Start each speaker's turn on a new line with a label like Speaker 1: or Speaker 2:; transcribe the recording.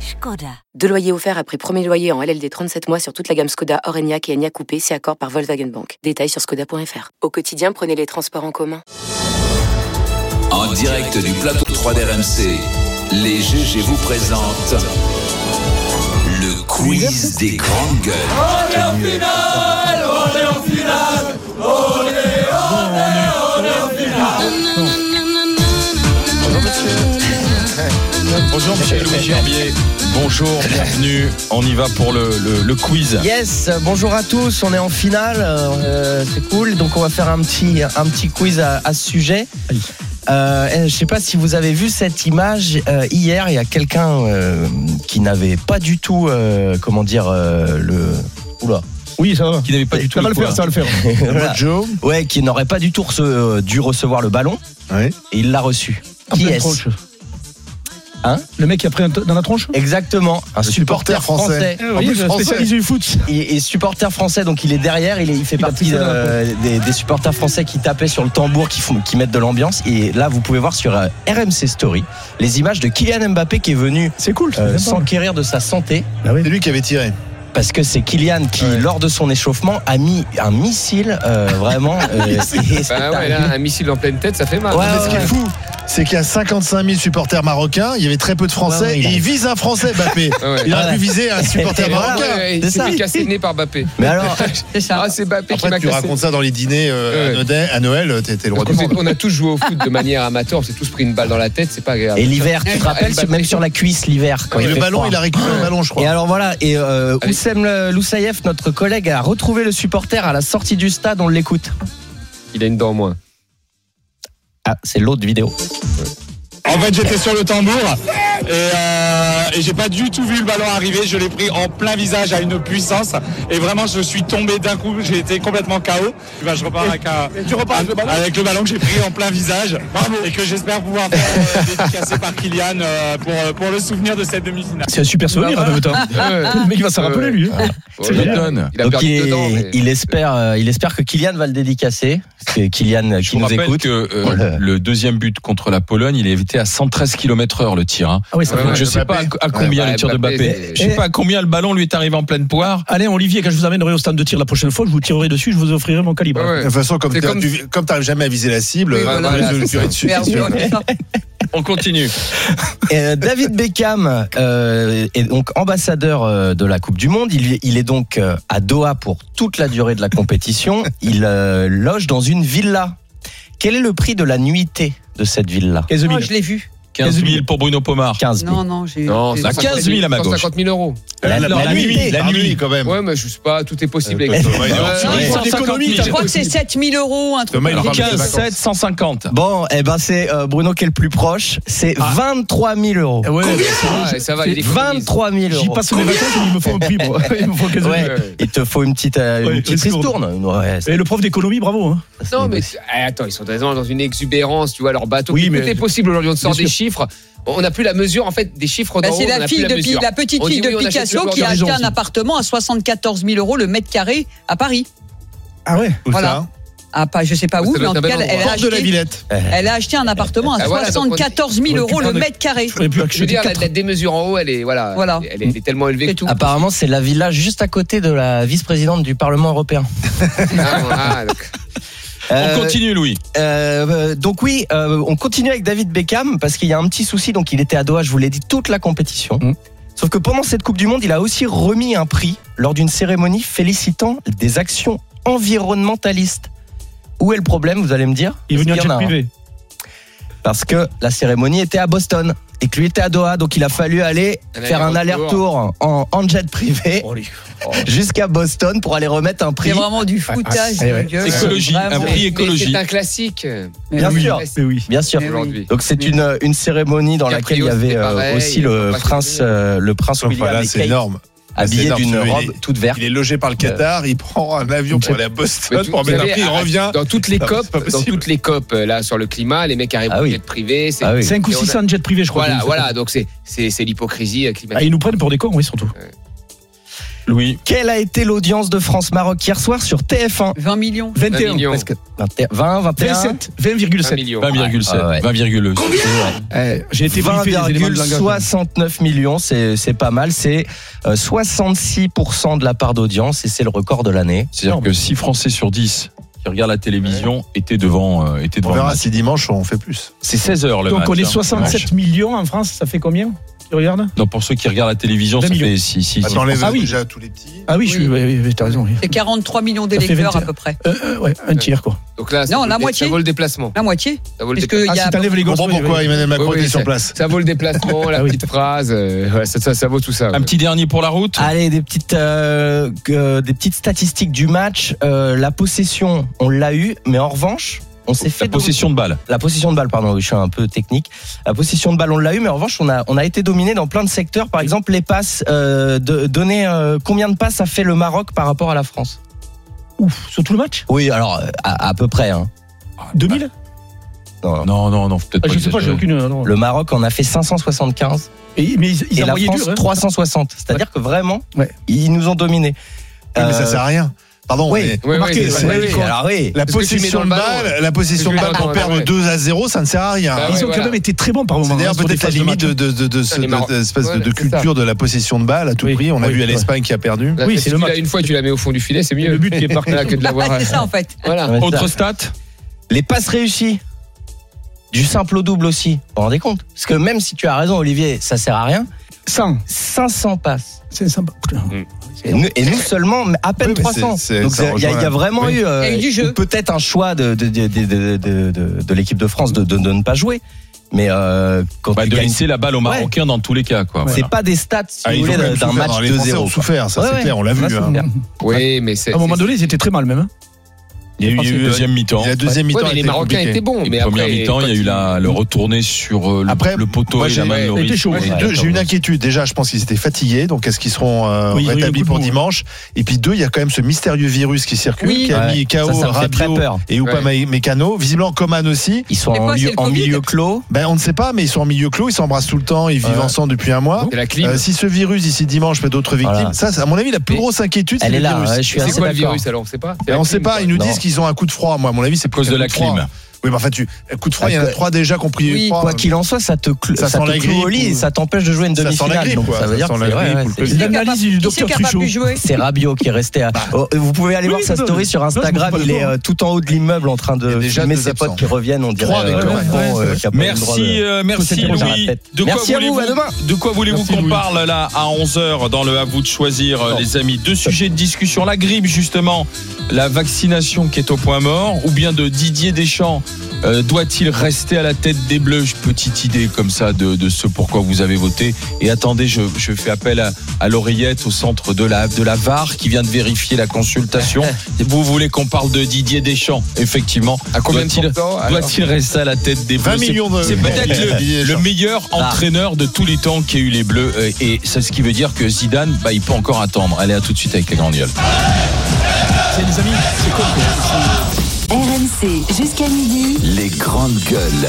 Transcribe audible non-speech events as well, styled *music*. Speaker 1: Skoda. Deux loyers offerts après premier loyer en LLD 37 mois sur toute la gamme Skoda, Orenia et Enya Coupé, c'est accord par Volkswagen Bank. Détails sur skoda.fr. Au quotidien, prenez les transports en commun.
Speaker 2: En direct du plateau 3 d'RMC, les GG vous présentent le quiz des grandes gueules.
Speaker 3: On est en finale On est en finale On est, on est, on est en finale
Speaker 4: Bonjour Monsieur Louis Gerbier. Bonjour, bienvenue. On y va pour le, le- le quiz.
Speaker 5: Yes, bonjour à tous, on est en finale, euh, c'est cool, donc on va faire un petit, un petit quiz à, à ce sujet. Euh, eh, je sais pas si vous avez vu cette image euh, hier, il y a quelqu'un euh, qui n'avait pas du tout, euh, comment dire, euh, le... Oula.
Speaker 6: Oui, ça va.
Speaker 4: Qui n'avait pas du tout
Speaker 6: ça va le
Speaker 4: quoi.
Speaker 6: faire, ça va le faire.
Speaker 4: *laughs*
Speaker 5: Voilà.
Speaker 6: Joe.
Speaker 5: Ouais, qui n'aurait pas du tout rece- euh, dû recevoir le ballon,
Speaker 6: Ouais.
Speaker 5: et il l'a reçu. Qui est-ce Hein
Speaker 6: Le mec qui a pris un t- dans la tronche
Speaker 5: Exactement, un supporter, français.
Speaker 6: En plus, spécialisé du foot.
Speaker 5: Il est supporter français, donc il est derrière. Il, est- il fait
Speaker 6: Il a
Speaker 5: partie
Speaker 6: pris ça dans la
Speaker 5: euh, des, des supporters français qui tapaient sur le tambour, qui, font, qui mettent de l'ambiance. Et là, vous pouvez voir sur euh, RMC Story les images de Kylian Mbappé qui est venu
Speaker 6: C'est cool.
Speaker 5: euh,
Speaker 6: c'est sympa.
Speaker 5: s'enquérir de sa santé.
Speaker 6: Ah oui.
Speaker 7: C'est lui qui avait tiré.
Speaker 5: Parce que c'est Kylian qui,
Speaker 6: Ouais.
Speaker 5: lors de son échauffement, a mis un missile euh, vraiment. euh, et c'est
Speaker 8: Bah ouais, là, un missile en pleine tête, ça fait mal.
Speaker 5: Ouais,
Speaker 7: Mais ce qui
Speaker 5: ouais.
Speaker 7: est fou, c'est qu'il y a 55 000 supporters marocains, il y avait très peu de Français,
Speaker 5: Ouais, ouais, il
Speaker 7: et
Speaker 5: a-
Speaker 7: il vise un Français, Bappé.
Speaker 8: ouais.
Speaker 7: Il aurait
Speaker 5: Voilà.
Speaker 7: pu viser un supporter
Speaker 5: Voilà.
Speaker 7: marocain.
Speaker 8: Ouais, ouais,
Speaker 5: c'est
Speaker 8: il s'est
Speaker 5: ça.
Speaker 8: fait casser le nez par Mbappé.
Speaker 5: Mais
Speaker 8: *laughs*
Speaker 5: alors,
Speaker 8: Ah, c'est Mbappé qui
Speaker 7: Après,
Speaker 8: m'a
Speaker 7: tu
Speaker 8: cassé.
Speaker 7: racontes ça dans les dîners euh,
Speaker 8: Ouais.
Speaker 7: à Nodet- à Noël, t'es t'es le roi du
Speaker 8: Parce qu'on
Speaker 7: monde.
Speaker 8: s'est- On a tous joué au foot de manière amateur, on s'est tous pris une balle dans la tête, c'est pas agréable.
Speaker 5: et l'hiver, tu te rappelles,
Speaker 8: Mbappé.
Speaker 5: même sur la cuisse, l'hiver, quand
Speaker 7: Et
Speaker 5: il
Speaker 7: le
Speaker 5: fait
Speaker 7: ballon,
Speaker 5: froid.
Speaker 7: il a récupéré le ballon, je crois.
Speaker 5: Et alors voilà, et euh,
Speaker 8: Allez.
Speaker 5: Oussem euh, Loussaïef, notre collègue, a retrouvé le supporter à la sortie du stade, on l'écoute.
Speaker 8: Il a une dent en moins.
Speaker 5: Ah, c'est l'autre vidéo.
Speaker 9: En fait, j'étais sur le tambour et, euh, et j'ai pas du tout vu le ballon arriver. Je l'ai pris en plein visage à une puissance et vraiment, je suis tombé d'un coup. J'ai été complètement KO. Et ben, je repars avec, un- avec, le ballon. que j'ai pris en plein visage et que j'espère pouvoir faire *laughs* euh, dédicacer par Kylian euh, pour, euh, pour le souvenir de cette demi-finale.
Speaker 6: C'est un super
Speaker 8: Bah,
Speaker 6: souvenir
Speaker 5: hein,
Speaker 6: en même temps.
Speaker 8: *laughs*
Speaker 6: Le mec, il va s'en rappeler, lui.
Speaker 8: Ouais,
Speaker 6: génial.
Speaker 4: L'automne.
Speaker 8: Il a
Speaker 5: Donc il,
Speaker 8: perdu dedans. mais-
Speaker 5: il espère, euh, il espère que Kylian va le dédicacer. C'est Kylian euh,
Speaker 4: Je
Speaker 5: qui
Speaker 4: vous
Speaker 5: nous
Speaker 4: rappelle
Speaker 5: écoute.
Speaker 4: que euh,
Speaker 5: Voilà.
Speaker 4: le deuxième but contre la Pologne, il est évité à 113 km heure le tir. hein.
Speaker 6: Ah oui, ça
Speaker 8: Ouais,
Speaker 6: fait-
Speaker 4: Donc,
Speaker 8: ouais.
Speaker 4: je sais pas
Speaker 7: Mbappé.
Speaker 4: à, à combien
Speaker 8: Ouais,
Speaker 4: le tir de
Speaker 8: Mbappé,
Speaker 4: Mbappé.
Speaker 8: c'est-
Speaker 4: Je sais pas à combien le ballon lui est arrivé en pleine poire.
Speaker 6: Allez, Olivier, quand je vous amènerai au stand de tir la prochaine fois, je vous tirerai dessus, je vous offrirai mon calibre.
Speaker 8: Ouais, ouais.
Speaker 7: De toute façon, comme
Speaker 8: C'est
Speaker 7: t'es-
Speaker 8: comme-
Speaker 7: tu- comme t'arrives jamais à viser la cible,
Speaker 8: Oui,
Speaker 7: euh,
Speaker 8: voilà,
Speaker 7: on risque de le
Speaker 8: c'est
Speaker 7: tirer
Speaker 8: ça.
Speaker 7: dessus.
Speaker 8: Perdu,
Speaker 7: c'est sûr.
Speaker 8: on est sorti.
Speaker 4: On continue.
Speaker 5: Et, euh, David Beckham euh, est donc ambassadeur euh, de la Coupe du Monde. Il, il est donc euh, à Doha pour toute la durée de la compétition. Il euh, loge dans une villa. Quel est le prix de la nuitée de cette villa
Speaker 6: 15 000.
Speaker 10: l'ai vu.
Speaker 4: 15 000 pour Bruno Pomar.
Speaker 5: 15 000.
Speaker 10: Non, non, j'ai.
Speaker 4: Non, c'est à 15 000 à ma gauche.
Speaker 8: 150 000 euros.
Speaker 5: La- la- la nuit,
Speaker 7: nuit,
Speaker 5: la
Speaker 7: par
Speaker 5: nuit.
Speaker 7: ah quand même.
Speaker 8: Ouais, mais je sais pas, tout est possible avec
Speaker 7: Euh,
Speaker 8: ça.
Speaker 7: ouais, il est
Speaker 8: Ouais,
Speaker 7: en
Speaker 8: ouais,
Speaker 7: tiré.
Speaker 8: ouais.
Speaker 6: Ils sont économies,
Speaker 10: Je crois que c'est 7000 euros, un truc.
Speaker 7: Thomas, il
Speaker 8: ah,
Speaker 7: en parle de ses
Speaker 4: 15,
Speaker 7: vacances.
Speaker 4: 7, 150.
Speaker 5: Bon, eh ben c'est euh, Bruno qui est le plus proche. C'est 23 000 euros.
Speaker 6: Ouais,
Speaker 8: Ah. Ouais, ça va, il est
Speaker 5: 23 000
Speaker 6: J'y
Speaker 5: euros.
Speaker 6: passe mes vacances, il me faut un prix, moi. *laughs* Il me faut 15 000.
Speaker 5: Ouais. Il te faut une petite, euh,
Speaker 6: Ouais,
Speaker 5: une petite
Speaker 6: une ristourne.
Speaker 5: ristourne. Ouais, ça-
Speaker 6: Et le prof d'économie, bravo. hein.
Speaker 5: ça
Speaker 8: Non,
Speaker 5: se
Speaker 8: mais
Speaker 5: négocie.
Speaker 8: eh, attends, ils sont dans dans une exubérance, tu vois, leur bateau.
Speaker 6: Oui,
Speaker 8: tout
Speaker 6: mais-
Speaker 8: est possible aujourd'hui, on te sort
Speaker 6: Bien
Speaker 8: des chiffres. On n'a plus la mesure, en fait, des chiffres
Speaker 10: Bah,
Speaker 8: d'en haut,
Speaker 10: c'est
Speaker 8: on
Speaker 10: la
Speaker 8: n'a
Speaker 10: fille
Speaker 8: plus
Speaker 10: de
Speaker 8: la
Speaker 10: Pi-
Speaker 8: mesure.
Speaker 10: la petite
Speaker 8: On dit
Speaker 10: fille
Speaker 8: oui,
Speaker 10: de
Speaker 8: on achète
Speaker 10: Picasso
Speaker 8: le
Speaker 10: qui a
Speaker 8: bordel
Speaker 10: acheté
Speaker 8: jaune,
Speaker 10: un
Speaker 8: c'est-
Speaker 10: appartement à 74 000 euros le mètre carré à Paris.
Speaker 6: Ah ouais
Speaker 7: Où
Speaker 10: Voilà.
Speaker 7: ça
Speaker 10: Ah, pas, je sais pas
Speaker 8: Ça
Speaker 10: où,
Speaker 8: doit
Speaker 10: mais
Speaker 8: être
Speaker 10: en
Speaker 8: un
Speaker 10: tout
Speaker 8: bel
Speaker 10: cas, elle a,
Speaker 7: Porte de la
Speaker 10: acheté,
Speaker 7: Villette.
Speaker 10: elle a acheté un appartement à
Speaker 8: Ah, voilà, donc on-
Speaker 10: 74 000 euros le mètre carré.
Speaker 6: J'aurais pu
Speaker 8: Je veux
Speaker 6: acheter
Speaker 8: dire, la, la
Speaker 6: 4.
Speaker 8: démesure en haut, elle est, voilà,
Speaker 10: Voilà.
Speaker 8: Elle, est, elle est tellement élevée
Speaker 10: C'est
Speaker 8: que
Speaker 10: tout.
Speaker 5: Apparemment, c'est la villa juste à côté de la vice-présidente du Parlement européen.
Speaker 8: Ah, ah, donc,
Speaker 5: Euh,
Speaker 4: On continue, Louis.
Speaker 5: euh, euh, donc oui, euh, on continue avec David Beckham parce qu'il y a un petit souci. Donc il était à Doha, je vous l'ai dit, toute la compétition.
Speaker 6: Mm.
Speaker 5: Sauf que pendant cette Coupe du Monde, il a aussi remis un prix lors d'une cérémonie félicitant des actions environnementalistes. Où est le problème, vous allez me dire
Speaker 6: Il est venu en
Speaker 5: Parce qu'il y
Speaker 6: jet
Speaker 5: en a un.
Speaker 6: privé.
Speaker 5: parce que la cérémonie était à Boston et que lui était à Doha, donc il a fallu aller
Speaker 8: Un
Speaker 5: faire un aller-retour en, en jet privé *laughs* jusqu'à Boston pour aller remettre un
Speaker 10: C'est
Speaker 5: prix.
Speaker 10: vraiment du foutage.
Speaker 6: Ah, ouais.
Speaker 10: mon Dieu.
Speaker 4: Écologie, un
Speaker 10: Vraiment.
Speaker 4: prix
Speaker 8: Mais
Speaker 4: écologie.
Speaker 8: C'est un classique euh,
Speaker 5: Bien
Speaker 6: Oui,
Speaker 5: sûr,
Speaker 6: Mais oui.
Speaker 5: bien sûr.
Speaker 10: Eh oui.
Speaker 8: aujourd'hui.
Speaker 5: Donc c'est une, une cérémonie dans laquelle
Speaker 8: Caprio,
Speaker 5: il y avait
Speaker 8: c'était
Speaker 5: euh,
Speaker 8: pareil,
Speaker 5: aussi
Speaker 8: ils ont
Speaker 5: le
Speaker 8: pas
Speaker 5: prince
Speaker 8: fait de-
Speaker 5: euh, le prince
Speaker 7: Enfin,
Speaker 5: William
Speaker 7: là,
Speaker 5: et
Speaker 7: c'est
Speaker 5: Kate.
Speaker 7: énorme.
Speaker 4: habillé
Speaker 7: énorme,
Speaker 4: d'une
Speaker 7: tu veux, il
Speaker 4: robe
Speaker 7: est-
Speaker 4: toute verte.
Speaker 7: Il est logé par le Qatar, il prend un avion pour aller à
Speaker 8: Mais
Speaker 7: Boston,
Speaker 8: tout-
Speaker 7: pour emmèner
Speaker 8: vous
Speaker 7: un prix,
Speaker 8: savez,
Speaker 7: il
Speaker 8: à-
Speaker 7: revient.
Speaker 8: Dans toutes les
Speaker 7: Non,
Speaker 8: COP,
Speaker 7: c'est pas
Speaker 8: dans
Speaker 7: possible.
Speaker 8: toutes les COP euh, là sur le climat, les mecs arrivent
Speaker 4: Ah
Speaker 8: en
Speaker 4: oui.
Speaker 8: jet privé. c'est-
Speaker 4: Ah oui.
Speaker 6: Cinq ou
Speaker 8: et on a-
Speaker 6: 600 jets privés, je crois.
Speaker 8: Voilà,
Speaker 6: donc,
Speaker 8: voilà. Donc c'est c'est c'est l'hypocrisie euh,
Speaker 6: Ah,
Speaker 8: climatique.
Speaker 6: ils nous prennent pour des cons, oui, surtout.
Speaker 4: Louis,
Speaker 5: Quelle a été l'audience de France-Maroc hier soir sur TF1
Speaker 10: 20 millions.
Speaker 5: 21.
Speaker 8: millions.
Speaker 5: parce que 20, 21.
Speaker 6: 27,
Speaker 8: 1
Speaker 6: 20,7.
Speaker 8: million.
Speaker 4: 20,7.
Speaker 5: Ah ouais.
Speaker 4: 20,2.
Speaker 5: Eh,
Speaker 6: J'ai été briefé des éléments de langage. hein.
Speaker 5: 20,69 millions, c'est c'est pas mal. C'est euh, 66% de la part d'audience et c'est le record de l'année.
Speaker 4: C'est-à-dire que 6 Français sur 10 qui regardent la télévision étaient devant, euh, étaient
Speaker 7: On
Speaker 4: devant le
Speaker 7: verra
Speaker 4: match.
Speaker 7: si dimanche on fait plus.
Speaker 4: C'est 16h le
Speaker 6: Donc
Speaker 4: match.
Speaker 6: on est
Speaker 4: hein,
Speaker 6: 67
Speaker 4: dimanche.
Speaker 6: millions en France, ça fait combien Tu regardes
Speaker 4: Non, pour ceux qui regardent la télévision,
Speaker 6: 20
Speaker 4: ça
Speaker 6: millions.
Speaker 4: fait 6.
Speaker 7: Ah, mais on les a
Speaker 6: Ah oui.
Speaker 7: déjà tous les petits.
Speaker 6: Ah oui,
Speaker 10: Oui.
Speaker 6: tu as raison. oui.
Speaker 10: C'est 43 millions
Speaker 6: fait
Speaker 10: d'électeurs à
Speaker 6: 21.
Speaker 10: peu près.
Speaker 6: Euh, euh, ouais, un tiers, quoi.
Speaker 8: Donc là, ça
Speaker 10: Non,
Speaker 8: vaut le
Speaker 10: la
Speaker 8: dé-
Speaker 10: moitié.
Speaker 8: Ça vaut le déplacement.
Speaker 10: La moitié.
Speaker 8: Ça vaut le
Speaker 10: Parce
Speaker 8: déplacement.
Speaker 10: qu'il
Speaker 6: Ah,
Speaker 10: y a
Speaker 6: si t'enlèves les
Speaker 7: Je
Speaker 6: gosses,
Speaker 7: comprends
Speaker 6: oui,
Speaker 7: pourquoi
Speaker 6: oui.
Speaker 7: Emmanuel Macron
Speaker 8: Oui, oui,
Speaker 7: était sur
Speaker 8: c'est-
Speaker 7: place.
Speaker 8: Ça vaut le déplacement, la
Speaker 6: Ah oui.
Speaker 8: petite phrase. euh, ouais, ça, ça, ça vaut tout ça.
Speaker 4: Un
Speaker 8: ouais.
Speaker 4: petit dernier pour la route.
Speaker 5: Allez, des petites, euh, que- des petites statistiques du match. Euh, la possession, on l'a eu, mais en revanche, on s'est fait.
Speaker 4: La possession de balle.
Speaker 5: La possession de balle, pardon, oui, je suis un peu technique. La possession de balle, on l'a eu, mais en revanche, on a, on a été dominé dans plein de secteurs. Par exemple, les passes euh, de- données, euh, combien de passes a fait le Maroc par rapport à la France
Speaker 6: Ouf, sur tout le match
Speaker 5: Oui, alors, euh, à, à peu près. hein.
Speaker 6: 2000
Speaker 5: Non, non.
Speaker 4: Non, non, non, faut peut-être
Speaker 6: Ah,
Speaker 4: pas.
Speaker 6: Je sais pas, j'ai
Speaker 4: exagérer.
Speaker 6: aucune. euh, non.
Speaker 5: Le Maroc en a fait 575
Speaker 6: Et- Mais ils, ils
Speaker 5: et la
Speaker 6: envoyaient
Speaker 5: France
Speaker 6: dur, hein.
Speaker 5: 360. C'est-à-dire que vraiment,
Speaker 6: Ouais.
Speaker 5: ils nous ont dominés.
Speaker 7: Oui, mais ça
Speaker 5: Euh,
Speaker 7: sert à rien. Pardon.
Speaker 5: oui.
Speaker 7: mais
Speaker 8: Ouais,
Speaker 7: remarquez,
Speaker 8: ouais,
Speaker 7: c'est-
Speaker 8: c'est vrai.
Speaker 5: oui, alors oui.
Speaker 7: La
Speaker 8: Parce que tu mets dans
Speaker 7: possession
Speaker 8: le
Speaker 7: de
Speaker 8: ballon,
Speaker 7: balle, la possession de
Speaker 8: Parce que
Speaker 7: balle
Speaker 8: tu
Speaker 7: quand
Speaker 8: mets dans le
Speaker 7: perdre
Speaker 8: ballon,
Speaker 7: 2 à 0, ça ne sert à rien.
Speaker 8: Bah
Speaker 6: Ils
Speaker 8: ouais,
Speaker 6: ont quand
Speaker 8: voilà.
Speaker 6: même été très bons par moment.
Speaker 7: C'est d'ailleurs
Speaker 6: hein, sur des
Speaker 7: peut-être la
Speaker 6: phases de
Speaker 7: limite
Speaker 6: match.
Speaker 7: de, de, de, de, ce-
Speaker 8: les Maroc-
Speaker 7: de- de- espèce de-
Speaker 8: Ouais,
Speaker 7: de
Speaker 8: c'est ça.
Speaker 7: culture de la possession de balle à tout
Speaker 6: Oui.
Speaker 7: prix. On a
Speaker 6: Oui,
Speaker 7: vu à
Speaker 6: c'est
Speaker 7: l'Espagne qui a perdu.
Speaker 8: Là,
Speaker 6: Oui,
Speaker 8: parce
Speaker 6: c'est le
Speaker 8: que
Speaker 6: match.
Speaker 8: là, Une fois, tu la mets au fond du filet, c'est mieux.
Speaker 6: Le but qui est marqué.
Speaker 8: *laughs* Voilà, que
Speaker 10: *laughs*
Speaker 8: de l'avoir.
Speaker 10: Ah, c'est ça en fait.
Speaker 8: Voilà.
Speaker 5: Ouais, ça-
Speaker 4: Autre stat
Speaker 5: Les passes réussies. Du simple au double aussi. Vous vous rendez compte Parce que même si tu as raison, Olivier, ça sert à rien.
Speaker 6: 100.
Speaker 5: 500 passes.
Speaker 6: C'est sympa. Ah,
Speaker 5: Et nous, et nous seulement, mais à peine
Speaker 7: Oui, mais
Speaker 5: 300.
Speaker 7: c'est- c'est-
Speaker 5: Donc
Speaker 7: ça
Speaker 5: il y, a- il y a
Speaker 7: rejoint.
Speaker 5: vraiment
Speaker 7: Oui.
Speaker 5: eu, euh,
Speaker 10: Il y a eu du jeu.
Speaker 5: peut-être un choix de, de, de, de, de, de- de- de l'équipe de France de, de- de ne pas jouer. Mais euh, quand
Speaker 4: bah,
Speaker 5: tu
Speaker 4: De
Speaker 5: gagnes,
Speaker 4: laisser la balle aux Marocains dans tous les cas. quoi.
Speaker 5: c'est
Speaker 4: Voilà.
Speaker 5: pas des stats si
Speaker 7: Ah,
Speaker 5: vous
Speaker 7: ils ont
Speaker 5: voulez,
Speaker 7: quand même
Speaker 5: d'un
Speaker 7: souffert.
Speaker 5: match
Speaker 7: Alors, les
Speaker 5: de
Speaker 7: Français
Speaker 5: 0.
Speaker 7: ont souffert, ça
Speaker 5: Ouais,
Speaker 7: c'est
Speaker 5: ouais.
Speaker 7: clair, on l'a vu.
Speaker 5: Là, c'est
Speaker 7: hein.
Speaker 5: clair.
Speaker 8: Oui, mais c'est.
Speaker 6: À un moment
Speaker 8: c'est-
Speaker 6: donné, ils étaient très mal même. hein.
Speaker 7: Il y a eu- il y a eu
Speaker 4: deuxième mi-temps.
Speaker 7: il y a la deuxième mi-temps.
Speaker 8: Ouais, mais
Speaker 7: a
Speaker 8: les
Speaker 7: été
Speaker 8: Marocains
Speaker 7: compliquée.
Speaker 8: étaient bons,
Speaker 4: Et
Speaker 8: mais
Speaker 4: première
Speaker 8: après.
Speaker 4: mi-temps, il y a
Speaker 8: quand
Speaker 4: eu la- le retourné sur euh, le,
Speaker 7: Après,
Speaker 4: le poteau
Speaker 7: moi,
Speaker 4: et la
Speaker 7: j'ai-
Speaker 4: main de
Speaker 8: ouais,
Speaker 4: Loris.
Speaker 6: été chaud.
Speaker 7: Moi, j'ai
Speaker 5: Ouais,
Speaker 7: deux-
Speaker 5: d'accord,
Speaker 7: J'ai une
Speaker 5: oui.
Speaker 7: inquiétude. Déjà, je pense qu'ils étaient fatigués, donc est-ce qu'ils seront euh,
Speaker 6: Oui, ils ont eu
Speaker 7: rétablis
Speaker 6: beaucoup de
Speaker 7: pour
Speaker 6: mou, hein.
Speaker 7: dimanche Et puis deux, il y a quand même ce mystérieux virus qui circule,
Speaker 10: Oui.
Speaker 7: qui a
Speaker 5: Ouais.
Speaker 7: mis
Speaker 5: Ça,
Speaker 7: KO
Speaker 5: ça me fait très
Speaker 7: Rabiot
Speaker 5: peur.
Speaker 7: et Upa
Speaker 8: Ouais.
Speaker 7: Mécano, visiblement Coman aussi.
Speaker 5: Ils sont
Speaker 10: Mais
Speaker 5: en,
Speaker 10: quoi, c'est
Speaker 5: lieu-
Speaker 10: le
Speaker 5: en
Speaker 10: Covid
Speaker 5: milieu clos.
Speaker 7: Ben on ne sait pas, mais ils sont en milieu clos, ils s'embrassent tout le temps, ils vivent
Speaker 5: Ouais.
Speaker 7: ensemble depuis un mois.
Speaker 8: C'est la clim.
Speaker 7: Euh, si ce virus ici dimanche fait d'autres victimes,
Speaker 5: Voilà.
Speaker 7: ça, c'est à mon avis, la plus
Speaker 8: Mais-
Speaker 7: grosse inquiétude, c'est
Speaker 5: Elle
Speaker 7: le
Speaker 5: est là,
Speaker 7: virus.
Speaker 5: ouais, je suis
Speaker 8: C'est
Speaker 5: assez
Speaker 8: quoi le
Speaker 5: d'accord.
Speaker 8: virus alors On sait pas. C'est
Speaker 7: Ben,
Speaker 8: la
Speaker 7: on ne sait
Speaker 8: clim,
Speaker 7: pas,
Speaker 8: quoi.
Speaker 7: ils nous
Speaker 5: Non.
Speaker 7: disent qu'ils ont un coup de froid. Moi, à mon avis, c'est
Speaker 4: À cause
Speaker 7: un
Speaker 4: de la
Speaker 7: coup froid.
Speaker 4: clim.
Speaker 7: Oui, mais enfin, tu, un coup de froid, il y en a
Speaker 5: Quoi-
Speaker 7: trois déjà qui ont pris
Speaker 10: Oui.
Speaker 7: froid.
Speaker 5: Quoi qu'il en soit, ça te, cl-
Speaker 7: Ça
Speaker 5: ça
Speaker 7: sent
Speaker 5: te
Speaker 7: la
Speaker 5: cloue au
Speaker 7: grippe
Speaker 5: lit et
Speaker 7: ou-
Speaker 5: ça t'empêche de jouer une
Speaker 7: Ça sent la
Speaker 5: demi-finale.
Speaker 7: grippe,
Speaker 5: Donc
Speaker 7: quoi.
Speaker 5: ça veut
Speaker 7: Ça
Speaker 5: dire
Speaker 7: sent
Speaker 5: que
Speaker 7: la
Speaker 5: c'est vrai,
Speaker 7: grippe
Speaker 5: ouais,
Speaker 7: ou le
Speaker 5: c'est-
Speaker 6: C'est
Speaker 10: Qui a pas-
Speaker 6: l'analyse du
Speaker 10: qui
Speaker 6: docteur
Speaker 10: c'est qui a pas
Speaker 6: Truchot.
Speaker 10: pu jouer
Speaker 5: C'est Rabiot qui est resté à. Oh, vous pouvez aller
Speaker 6: Oui,
Speaker 5: voir
Speaker 6: oui,
Speaker 5: sa
Speaker 6: non,
Speaker 5: story
Speaker 6: mais-
Speaker 5: sur Instagram.
Speaker 6: non, je me
Speaker 5: Il
Speaker 6: comprends
Speaker 5: est
Speaker 6: pas.
Speaker 5: euh, tout en haut de l'immeuble en train
Speaker 7: Il y
Speaker 5: de
Speaker 7: a déjà
Speaker 5: filmer
Speaker 7: deux
Speaker 5: ses
Speaker 7: absents.
Speaker 5: potes qui reviennent. On dirait
Speaker 7: Trois avec
Speaker 5: euh,
Speaker 7: Coman.
Speaker 5: Macron,
Speaker 6: Ouais, c'est
Speaker 5: euh,
Speaker 6: vrai.
Speaker 5: qui a pas eu le droit de-
Speaker 4: Merci, euh, merci
Speaker 5: Faut se tirer
Speaker 4: Louis.
Speaker 5: la tête.
Speaker 4: De quoi
Speaker 5: Merci à vous,
Speaker 4: voulez-vous-
Speaker 5: à demain.
Speaker 4: De quoi voulez-vous
Speaker 6: Merci,
Speaker 4: qu'on
Speaker 6: Louis.
Speaker 4: parle là à 11h dans le à vous de choisir, euh, les amis Deux sujets de discussion, la grippe justement, la vaccination qui est au point mort, ou bien de Didier Deschamps, euh, doit-il rester à la tête des Bleus Petite idée comme ça de, de ce pourquoi vous avez voté. Et attendez, je, je fais appel à, à l'oreillette au centre de la, de la VAR qui vient de vérifier
Speaker 5: *laughs*
Speaker 4: la consultation. vous voulez qu'on parle de Didier Deschamps Effectivement.
Speaker 8: À combien de
Speaker 4: Doit-il-
Speaker 8: temps alors
Speaker 4: Doit-il rester à la tête des
Speaker 7: 20
Speaker 4: Bleus
Speaker 7: millions de-
Speaker 4: C'est peut-être
Speaker 7: Didier
Speaker 4: le, le
Speaker 7: Deschamps.
Speaker 4: meilleur entraîneur de tous les temps qu'aient eu les Bleus. euh, Et c'est ce qui veut dire que Zidane, bah, il peut encore attendre. Allez, à tout de suite avec les grandes gueules.
Speaker 6: C'est les amis, c'est cool. quoi.
Speaker 11: RMC jusqu'à midi.
Speaker 2: Les grandes gueules.